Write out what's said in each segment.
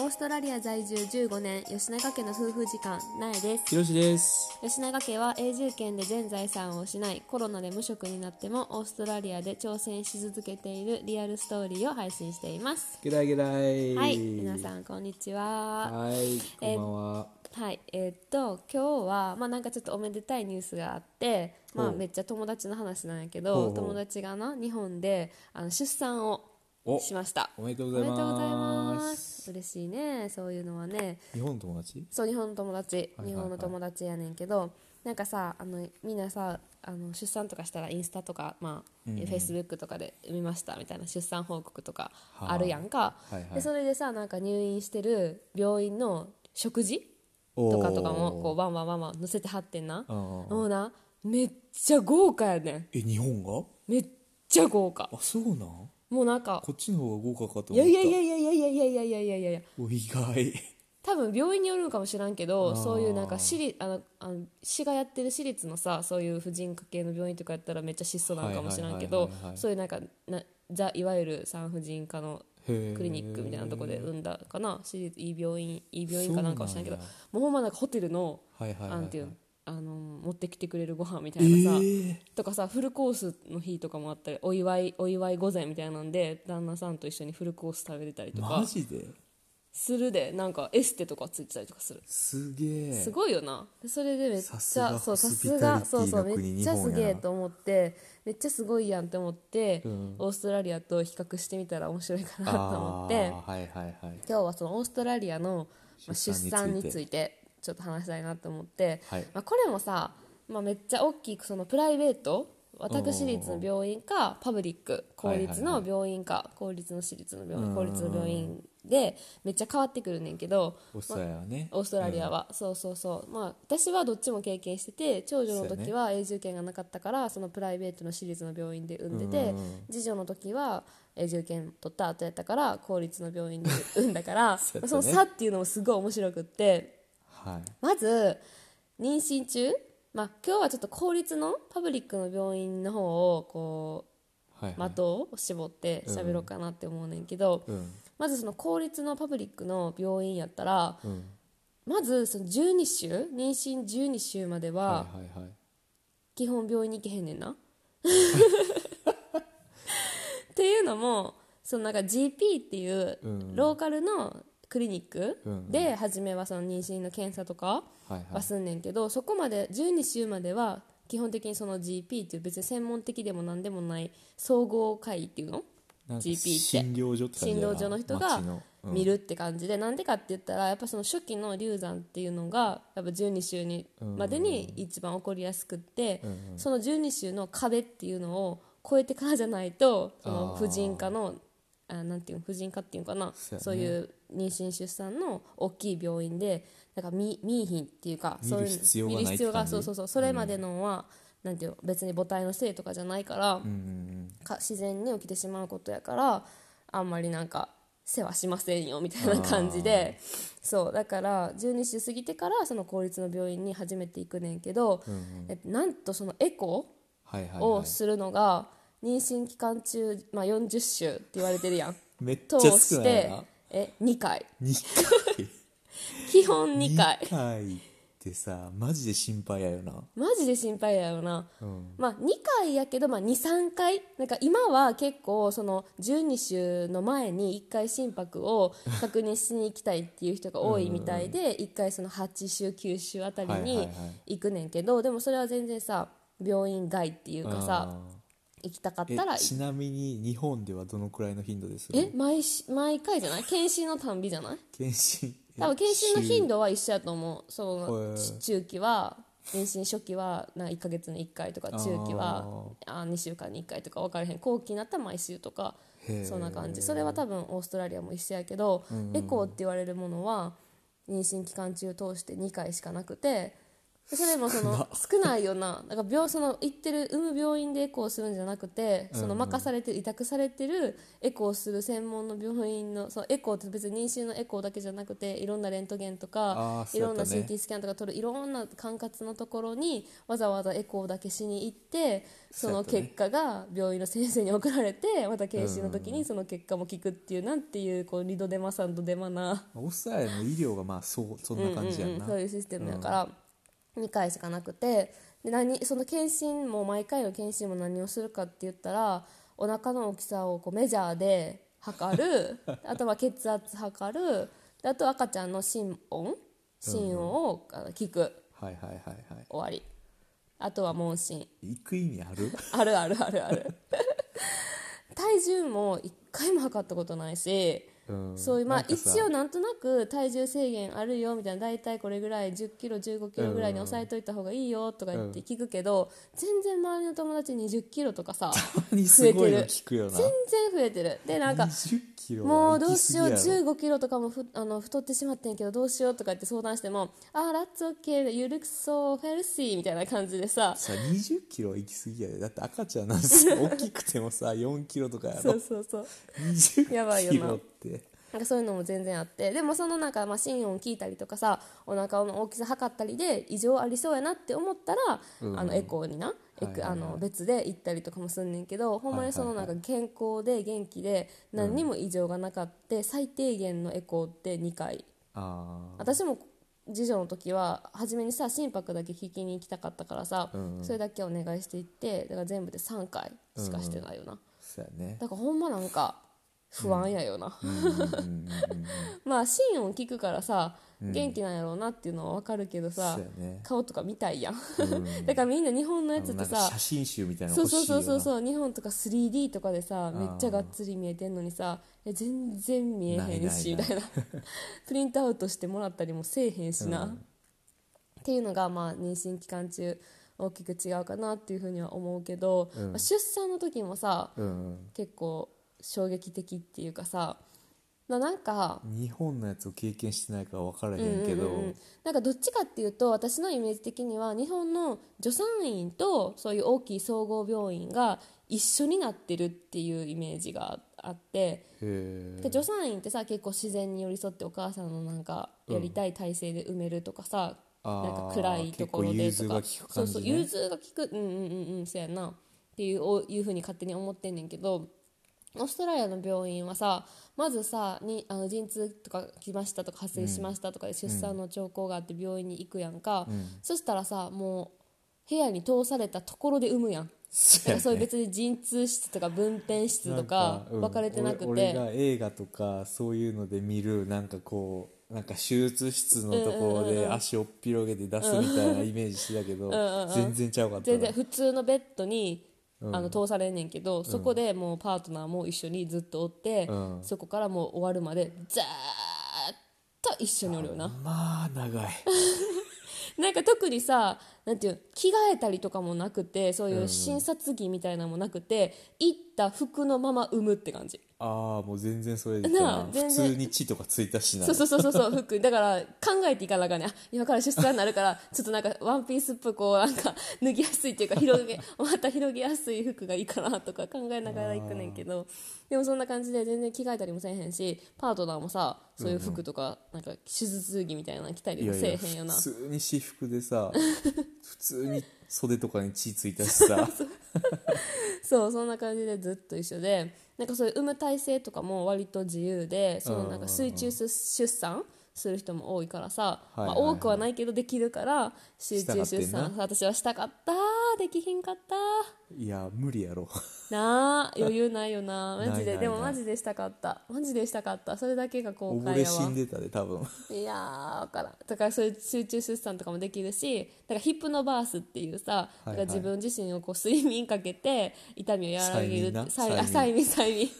オーストラリア在住15年吉永家の夫婦時間苗ですひろしです。吉永家は永住権で全財産を失いコロナで無職になってもオーストラリアで挑戦し続けているリアルストーリーを配信していますゲラゲラい。はい皆さん。んこんにちははい、こんばんは。はいえーっと今日はまあなんかちょっとおめでたいニュースがあってまあほうめっちゃ友達の話なんやけほうどほう友達がな日本であの出産をおしましたおめでとうおごめでざいとうございまますす。嬉しいねそういうのはね日本の友達そう日本の友達、はいはいはい日本の友達やねんけどなんかさあのみんなさあの出産とかしたらインスタとか、まあうんうんフェイスブックとかで見ましたみたいな出産報告とかはああるやんか、いはいでそれでさなんか入院してる病院の食事おーとかとかもこうバンバンバンバン載せてはってんなうんうんうんもうなめっちゃ豪華やねんえ、日本がめっちゃ豪華あ、そうなんもうなんかこっちの方が豪華かと思った。いやいやいやいやいやいやいやいやいやいやいやお意外。多分病院によるんかもしらんけどあーそういうなんか私立あのあの市がやってる私立のさそういう婦人科系の病院とかやったらめっちゃ質素なのかもしらんけはいどはいはいはいはいそういうなんかなザいわゆる産婦人科のへクリニックみたいなとこでは産んだかな私立いい病院いい病院かなんかは知らんけどそうなんやもうほんまなんかホテルのいはいはいはい。なんていうのあの持ってきてくれるご飯みたえいなさーとかさフルコースの日とかもあったりお祝いお祝い午前みたいなんで旦那さんと一緒にフルコース食べれたりとマかジでするでなんかエステとかついてたりとかするすげえ。すごいよなでそれでめっちゃさすがそうさホスピタすリティがのそうそう国めっちゃ日す本やなげえと思ってめっちゃすごいやんって思って、うんオーストラリアと比較してみたら面白いかなと思あっーてはいはいはい。今日はそのオーストラリアのまあ出産出産にについてついてちょっと話したいなと思って、はいまあ、これもさ、まあ、めっちゃ大きくそのプライベート私立の病院かパブリック公立の病院か公立の私立の病う院ん公立の病院でめっちゃ変わってくるねんけどオーストラリアはね。オーストラリアは、そうそうそうまあ私はどっちも経験してて長女のそうや時ねは永住権がなかったからそのプライベートの私立の病院で産んでうんてうんうん次女の時は永住権取った後やったから公立の病院で産んだから そうやったそのね差っていうのもすごい面白くってうん。はい。まず妊娠中、まあ、今日はちょっと公立のパブリックの病院の方をこ。はいはいう的を絞って喋ろうかなって思うねんけど、うん。まずその公立のパブリックの病院やったらうん。まずその12週妊娠12週までははいはいはい。基本病院に行けへんねん な。っていうのもそのなんか GP っていううんローカルのクリニックうんで初めはその妊娠の検査とかはいは。はいすんねんけどそこまで12週までは基本的にその GP っていう別に専門的でも何でもない総合会っていうのなんか GP って診療所って感じ診だな療所の人が街のうん見るって感じでなんでかって言ったらやっぱその初期の流産っていうのがやっぱ12週にまでに一番起こりやすくってうんうんその12週の壁っていうのを越えてからじゃないとそのあー婦人科のあなんていうの婦人科っていうのかなそうやねそういう妊娠出産の大きい病院でなんか見見いひんっていうか見るそういう必要がない見る必要がってそ感うじそうそうそれまでのは、なんていうの別に母体のせいとかじゃないから。うんうんか自然に起きてしまうことやからあんまりなんか世話しませんよみたいな感じでそうだから12週過ぎてからその公立の病院に初めて行くねんけど、うんうんうんえっとなんとそのエコはいはいーはをするのが妊娠期間中、まあ、40週って言われてるやんいめっちゃ通少しないてなえ2回2基本回2回2回ってさマジで心配やよなマジで心配だよな、うんまあ、2回やけど、まあ、23回なんか今は結構その12週の前に1回心拍を確認しに行きたいっていう人が多いみたいで1回その8週9週あたりはいはいにはい行くねんけどでもそれは全然さ病院外っていうかさあ行きたかっーえたらちなみに日本ではどのくらいの頻度ですえ毎し毎回じゃない検診のたんびじゃない検診え多分検診の週頻度は一緒やと思うそへのー中期は妊娠初期はなんか1ヶ月に1回とか中期はあ2週間に1回とか分からへん後期になったら毎週とかへーそんな感じそれは多分オーストラリアも一緒やけどエコーって言われるものは妊娠期間中通して2回しかなくてそれもその少ないよななんか病その行ってる産む病院でエコーするんじゃなくてその任されてる委託されてるエコーする専門の病院のそのエコーって別に妊娠のエコーだけじゃなくていろんなレントゲンとあーかそいうだろっんたなね CT スキャンとか取るいろんな管轄のところにわざわざエコーだけしに行ってそのそうやったね結果が病院の先生に送られてまた検診の時にその結果も聞くっていうなんていうこうリドデマさんとデマな。オーストラリアの医療がまあそうそんな感じやんな、うんうんうんそういうシステムやから、2回しかなくてで何その検診も毎回の検診も何をするかって言ったらお腹の大きさをこうメジャーで測 るあとは血圧測るであと赤ちゃんの心音心音をあの聞くはいはいはいは終わりあとは問診い行く意味あるあるあるあるあ る体重も1回も測ったことないしうんそういうまあなんかさ一応なんとなく体重制限あるよみたいな大体これぐらい1 0キロ1 5キロぐらいに抑えといた方がいいよとか言って聞くけど、全然周りの友達2 0キロとか さ増すえてごいのる聞くよな全然増えてるでなんか20キロもはうど行うきし過ようぎやろ1 5キロとかもふあの太ってしまってんけどどうしようとか言って相談しても「ああラッツオッケーゆるくそうフェルシー」みたいな感じでささ20キロは行き過ぎやでだって赤ちゃんなん すよ大きくてもさ4キロとかやそろうそうそうやばい20よキなロってなんかそういうのも全然あってでもそのなんかまあ心音聞いたりとかさお腹の大きさ測ったりで異常ありそうやなって思ったら、うんあのエコーにな、エはいはいクはいあの別で行ったりとかもすんねんけどほんまにそのなんか健康で元気で何にも異常がなかった、最低限のエコーって2回ああ私も次女の時は初めにさ心拍だけ聞きに行きたかったからさ、うんそれだけお願いして行ってだから全部で3回しかしてないよな、そうやねだからほんまなんか不安やよな、まあ心音聞くからさ元気なんやろうなっていうのは分かるけどそうやさ、ね顔とか見たいやん、だからみんな日本のやつっなてんかさ写真集みたいなのそう欲しいそようなそうそうそう日本とか 3D とかでさめっちゃがっつり見えてんのにさえ全然見えへんしみなたいいなプリントアウトしてもらったりもせえへんしな、っていうのがまあ妊娠期間中大きく違うかなっていうふうには思うけど、うんまあ出産の時もさ、うん結構衝撃的っていうかさななんか日本のやつを経験してないから分からへうんんけど、うんうんなんかどっちかっていうと私のイメージ的には日本の助産院とそういう大きい総合病院が一緒になってるっていうイメージがあってへでえ助産院ってさ結構自然に寄り添ってお母さんのなんかやりたい体勢で埋めるとかさ、あーなんか暗いところで結と構融か通が利くそ感うじそねう融通が利くうんうんうんうんそうやなっていうおいうふうに勝手に思ってんねんけどオーストラリアの病院はさまずさにあの陣痛とか来ましたとか発生しましたとかで出産の兆候があって病院に行くやんか、そしたらさもう部屋に通されたところで産むやん。そなんかそうういうやね別に陣痛室とか分娩室とかうん分かれてなくて俺俺が映画とかそういうので見るなんかこうなんか手術室のところで足を広げて出すみたいなイメージしてたけど、全然ちゃうかった全然な普通のベッドに、あの通されんねんけど、そこでもうパートナーも一緒にずっとおって、うんそこからもう終わるまでザーッと一緒におるよなまあ長いなんか特にさなんていうの着替えたりとかもなくてそういう診察着みたいなのもなくて、行った服のまま産むって感じああもう全然それでなあ普全然通に血とかついたしなそうそうそうそうそう服だから考えていかなあかんねあ今から出産になるからちょっとなんかワンピースっぽいこうなんか脱ぎやすいっていうか広げまた広げやすい服がいいかなとか考えながら行くねんけどでもそんな感じで全然着替えたりもせえへんしパートナーもさそういう服とかなんか手術着みたいなの着たりいもやいやせえへんよな普通に私服で さ普通に袖とかに血ついたしさそうそんな感じでずっと一緒でなんかそういう産む体制とかも割と自由でそのなんか水中出出産する人も多いからさ、いはいまはあ、い多くはないけどできるから集中出したかっ産私はしたかったできひんかったいや無理やろなあ余裕ないよなマジないないでないでもマジでしたかったマジでしたかったそれだけが後溺悔れや死わんでたで 多分いやー分からんだからそういう集中出産とかもできるしだからヒップノバースっていうさ、いはだいから自分自身をこう睡眠かけて痛みを和らげる催眠な催あ催催眠催眠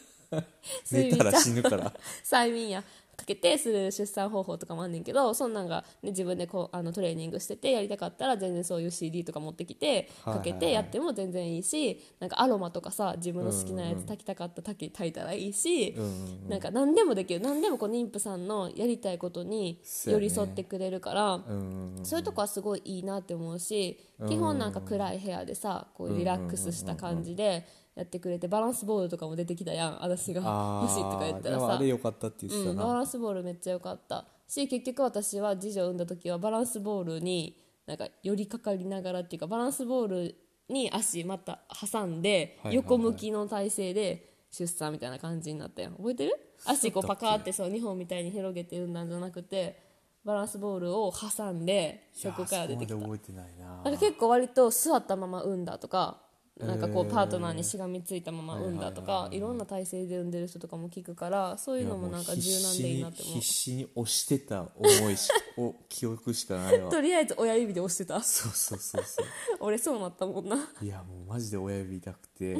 睡寝眠 たちゃらう死ぬから催眠やかけてする出産方法とかもあんねんけどそんなんが、ね、自分でこうあのトレーニングしててやりたかったら全然そういう CD とか持ってきてはいかはいはけいてやっても全然いいし、なんかアロマとかさ自分の好きなやつ炊きたかった炊き炊いたらいいし、うんうんなんか何でもできる何でもこう妊婦さんのやりたいことにそうや寄ねり添ってくれるから。うんうんそういうとこはすごいいいなって思うし、基本なんか暗い部屋でさこうリラックスした感じでやってくれてバランスボールとかも出てきたやん私があ欲しいとか言ったらでもあされ良かったって言ってうたん、な、バランスボールめっちゃ良かったし結局私は次女を産んだ時はバランスボールになんか寄りかかりながらっていうかバランスボールに足また挟んではいはいはい横向きの体勢で出産みたいな感じになったやん覚えてる足こうそパうだっけカーってそう2本みたいに広げて産んだんじゃなくてバランスボールを挟んでいやそこから出てきたそこまで覚えてないな なんか結構割と座ったまま産んだとかなんかこうえーパートナーにしがみついたまま産んだとはいはいかいろんな体勢で産んでる人とかも聞くからそういうのもなんか柔軟でいいなってや思もうう必死に必死に押してた思いしを記憶しかない わとりあえず親指で押してたそうそうそうそ 俺そうなったもんなういやもうマジで親指痛く て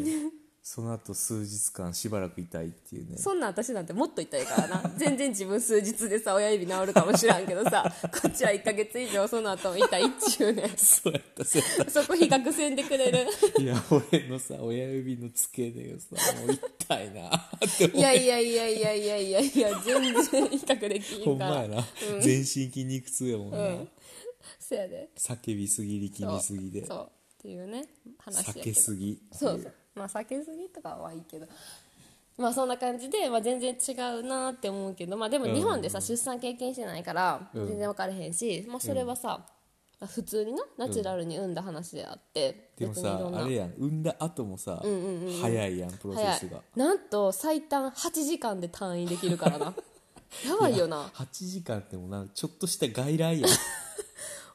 その後数日間しばらく痛いっていうねそんな私なんてもっと痛いからな全然自分数日でさ親指治るかもしらんけどさこっちは1ヶ月以上その後も痛いっちゅうねんそうやったそうやっそこ比較せんでくれ るたいや俺のさ親指の付け根がさもう痛いなって思ういやいやいやいやいやいやいや全然比較できほんんかまらやな、全身筋肉痛やもんな、うんそやで叫びすぎ力みすぎでそうっていうね話や避けけどすぎそうそうまあ避けすぎとかはいいけどまあそんな感じで、まあ、全然違うなって思うけど、まあ、でも日本でさ、出産経験してないからうん全然分からへんし、まあ、それはさ、まあ普通になナチュラルに産んだ話であって、でもさあれやん産んだ後もさ、早いやんプロセ早いスがなんと最短8時間で退院できるから なやばいよな8時間ってもうなちょっとした外来や ん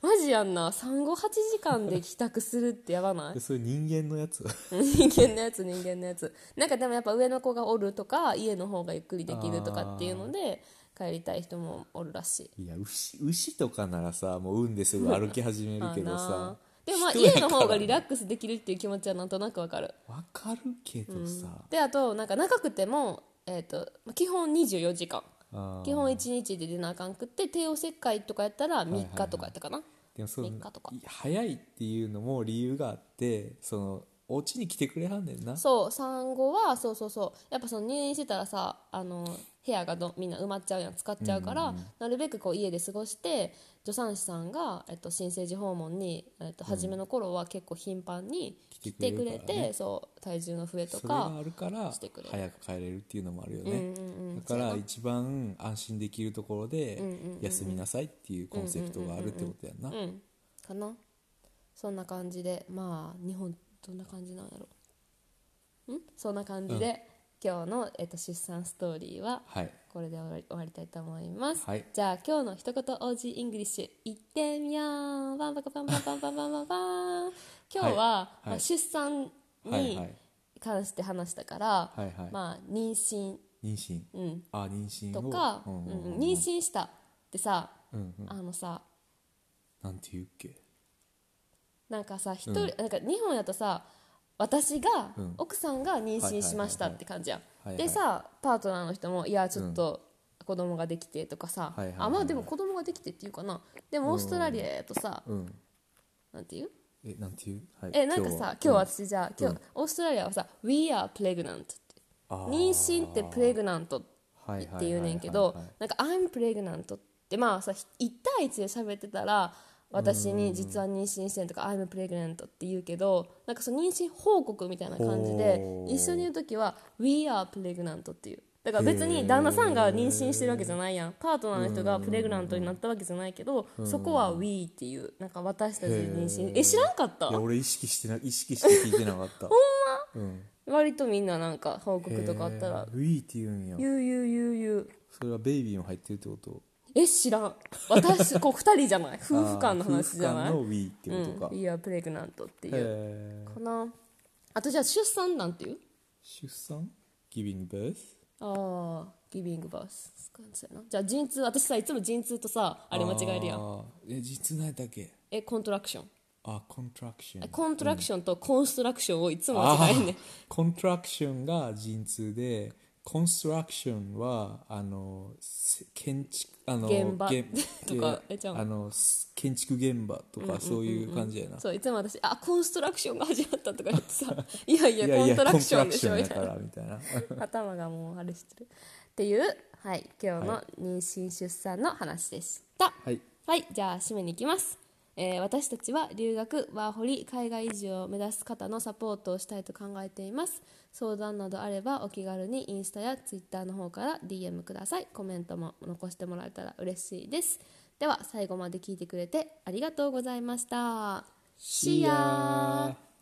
マジやんな産後8時間で帰宅するってやばないでそれ人間のやつ人間のやつ人間のやつなんかでもやっぱ上の子がおるとか家の方がゆっくりできるとかっていうので帰りたい人もおるらしいいや牛牛とかならさもう産んですぐ歩き始めるけどあーなさーでもまあ人や家からの方がリラックスできるっていう気持ちはなんとなくわかるわかるけどさ、であとなんか長くても、えー、と基本24時間あー基本1日で出なあかんくって帝王切開とかやったら3日とかやったかな、でもその三日とか早いっていうのも理由があってそのお家に来てくれはんねんなそう産後はそうそうそうやっぱその入院してたらさあの部屋がどみんな埋まっちゃうやん使っちゃうから、なるべくこう家で過ごして助産師さんが、えっと、新生児訪問に、えっと、初めの頃は結構頻繁に来来ててくくれれるて,、からねそう体重の増えとそれがかあるからしてくれる早く帰れるっていうのもあるよね、うんうんうんだから一番安心できるところで休みなさいっていうコンセプトがあるってことやんな、うんかなそんな感じでまあ日本どんな感じなんやろんそんな感じで、今日の、えっと、出産ストーリーははいこれで終わり終わりたいと思います、はいじゃあ今日の一言 OG イングリッシュいってみようバンバカパンパンパンパンパンパンパン今日は、はいまあ、出産はいにはい関して話したから、はいはいまあ妊娠、妊娠うん、あ妊娠とをか、ううんんうんうん妊娠したってさ、うんうんあのさなんて言うっけなんかさ一人、なんか日本やとさ私が、うん奥さんが妊娠しましたって感じやん、はいはいはでいさパートナーの人もいやちょっと子供ができてとかさ、はいはいはいはいあまあでも子供ができてっていうかなでもオーストラリアやとさ、うんなんていうえなんて言う、はい、えなんかさ今日は私じゃあ今日、オーストラリアはさ「We are pregnant」ってあー妊娠ってプレグナントはっいはいはいはいはいて言うねんけどなんか「I'm pregnant」ってまあさ1対1で喋ってたら私に実は妊娠してんとか「I'm pregnant」って言うけどなんかその妊娠報告みたいな感じでほう一緒に言う時は「We are pregnant」っていうだから別に旦那さんが妊娠してるわけじゃないやんパートナーの人がプレグナントになったわけじゃないけどそこは「We」っていうなんか私たち妊へ娠ーえ知らんかったいや俺意識してな意識して聞いてなかっ たほんまうん割とみんななんか報告とかあったらへーウィーって言うんや「ゆうゆうゆうゆう」それはベイビーも入ってるってことえ知らん私こう2人じゃない夫婦間の話じゃなあいー夫婦間のうウィーってことか、ん、いやプレグナントっていうへーかなあとじゃあ出産なんていう出産 giving birth ああギビングバースそうやなじゃあ陣痛私さいつも陣痛とさあれ間違えるやんあーえ実何やったっけえコントラクションあコントラクションえコントラクションとコンストラクションをいつもあ間違えんねんーコントラクションが陣痛でコンストラクションはあのせ建築あの現場現 とかええちゃうあのす建築現場とかそういう感じやな、そういつも私あコンストラクションが始まったとか言ってさいやいやいやコンいスやトラコンクスシトョランクでシしョょンみやたいかならみたいな頭がもうあれしてるっていうはい今日の妊娠出産の話でしたはいはい、じゃあ締めに行きます、えー私たちは留学ワーホリ海外移住を目指す方のサポートをしたいと考えています相談などあればお気軽にインスタやツイッターの方から DM くださいコメントも残してもらえたら嬉しいですでは最後まで聞いてくれてありがとうございました See ya!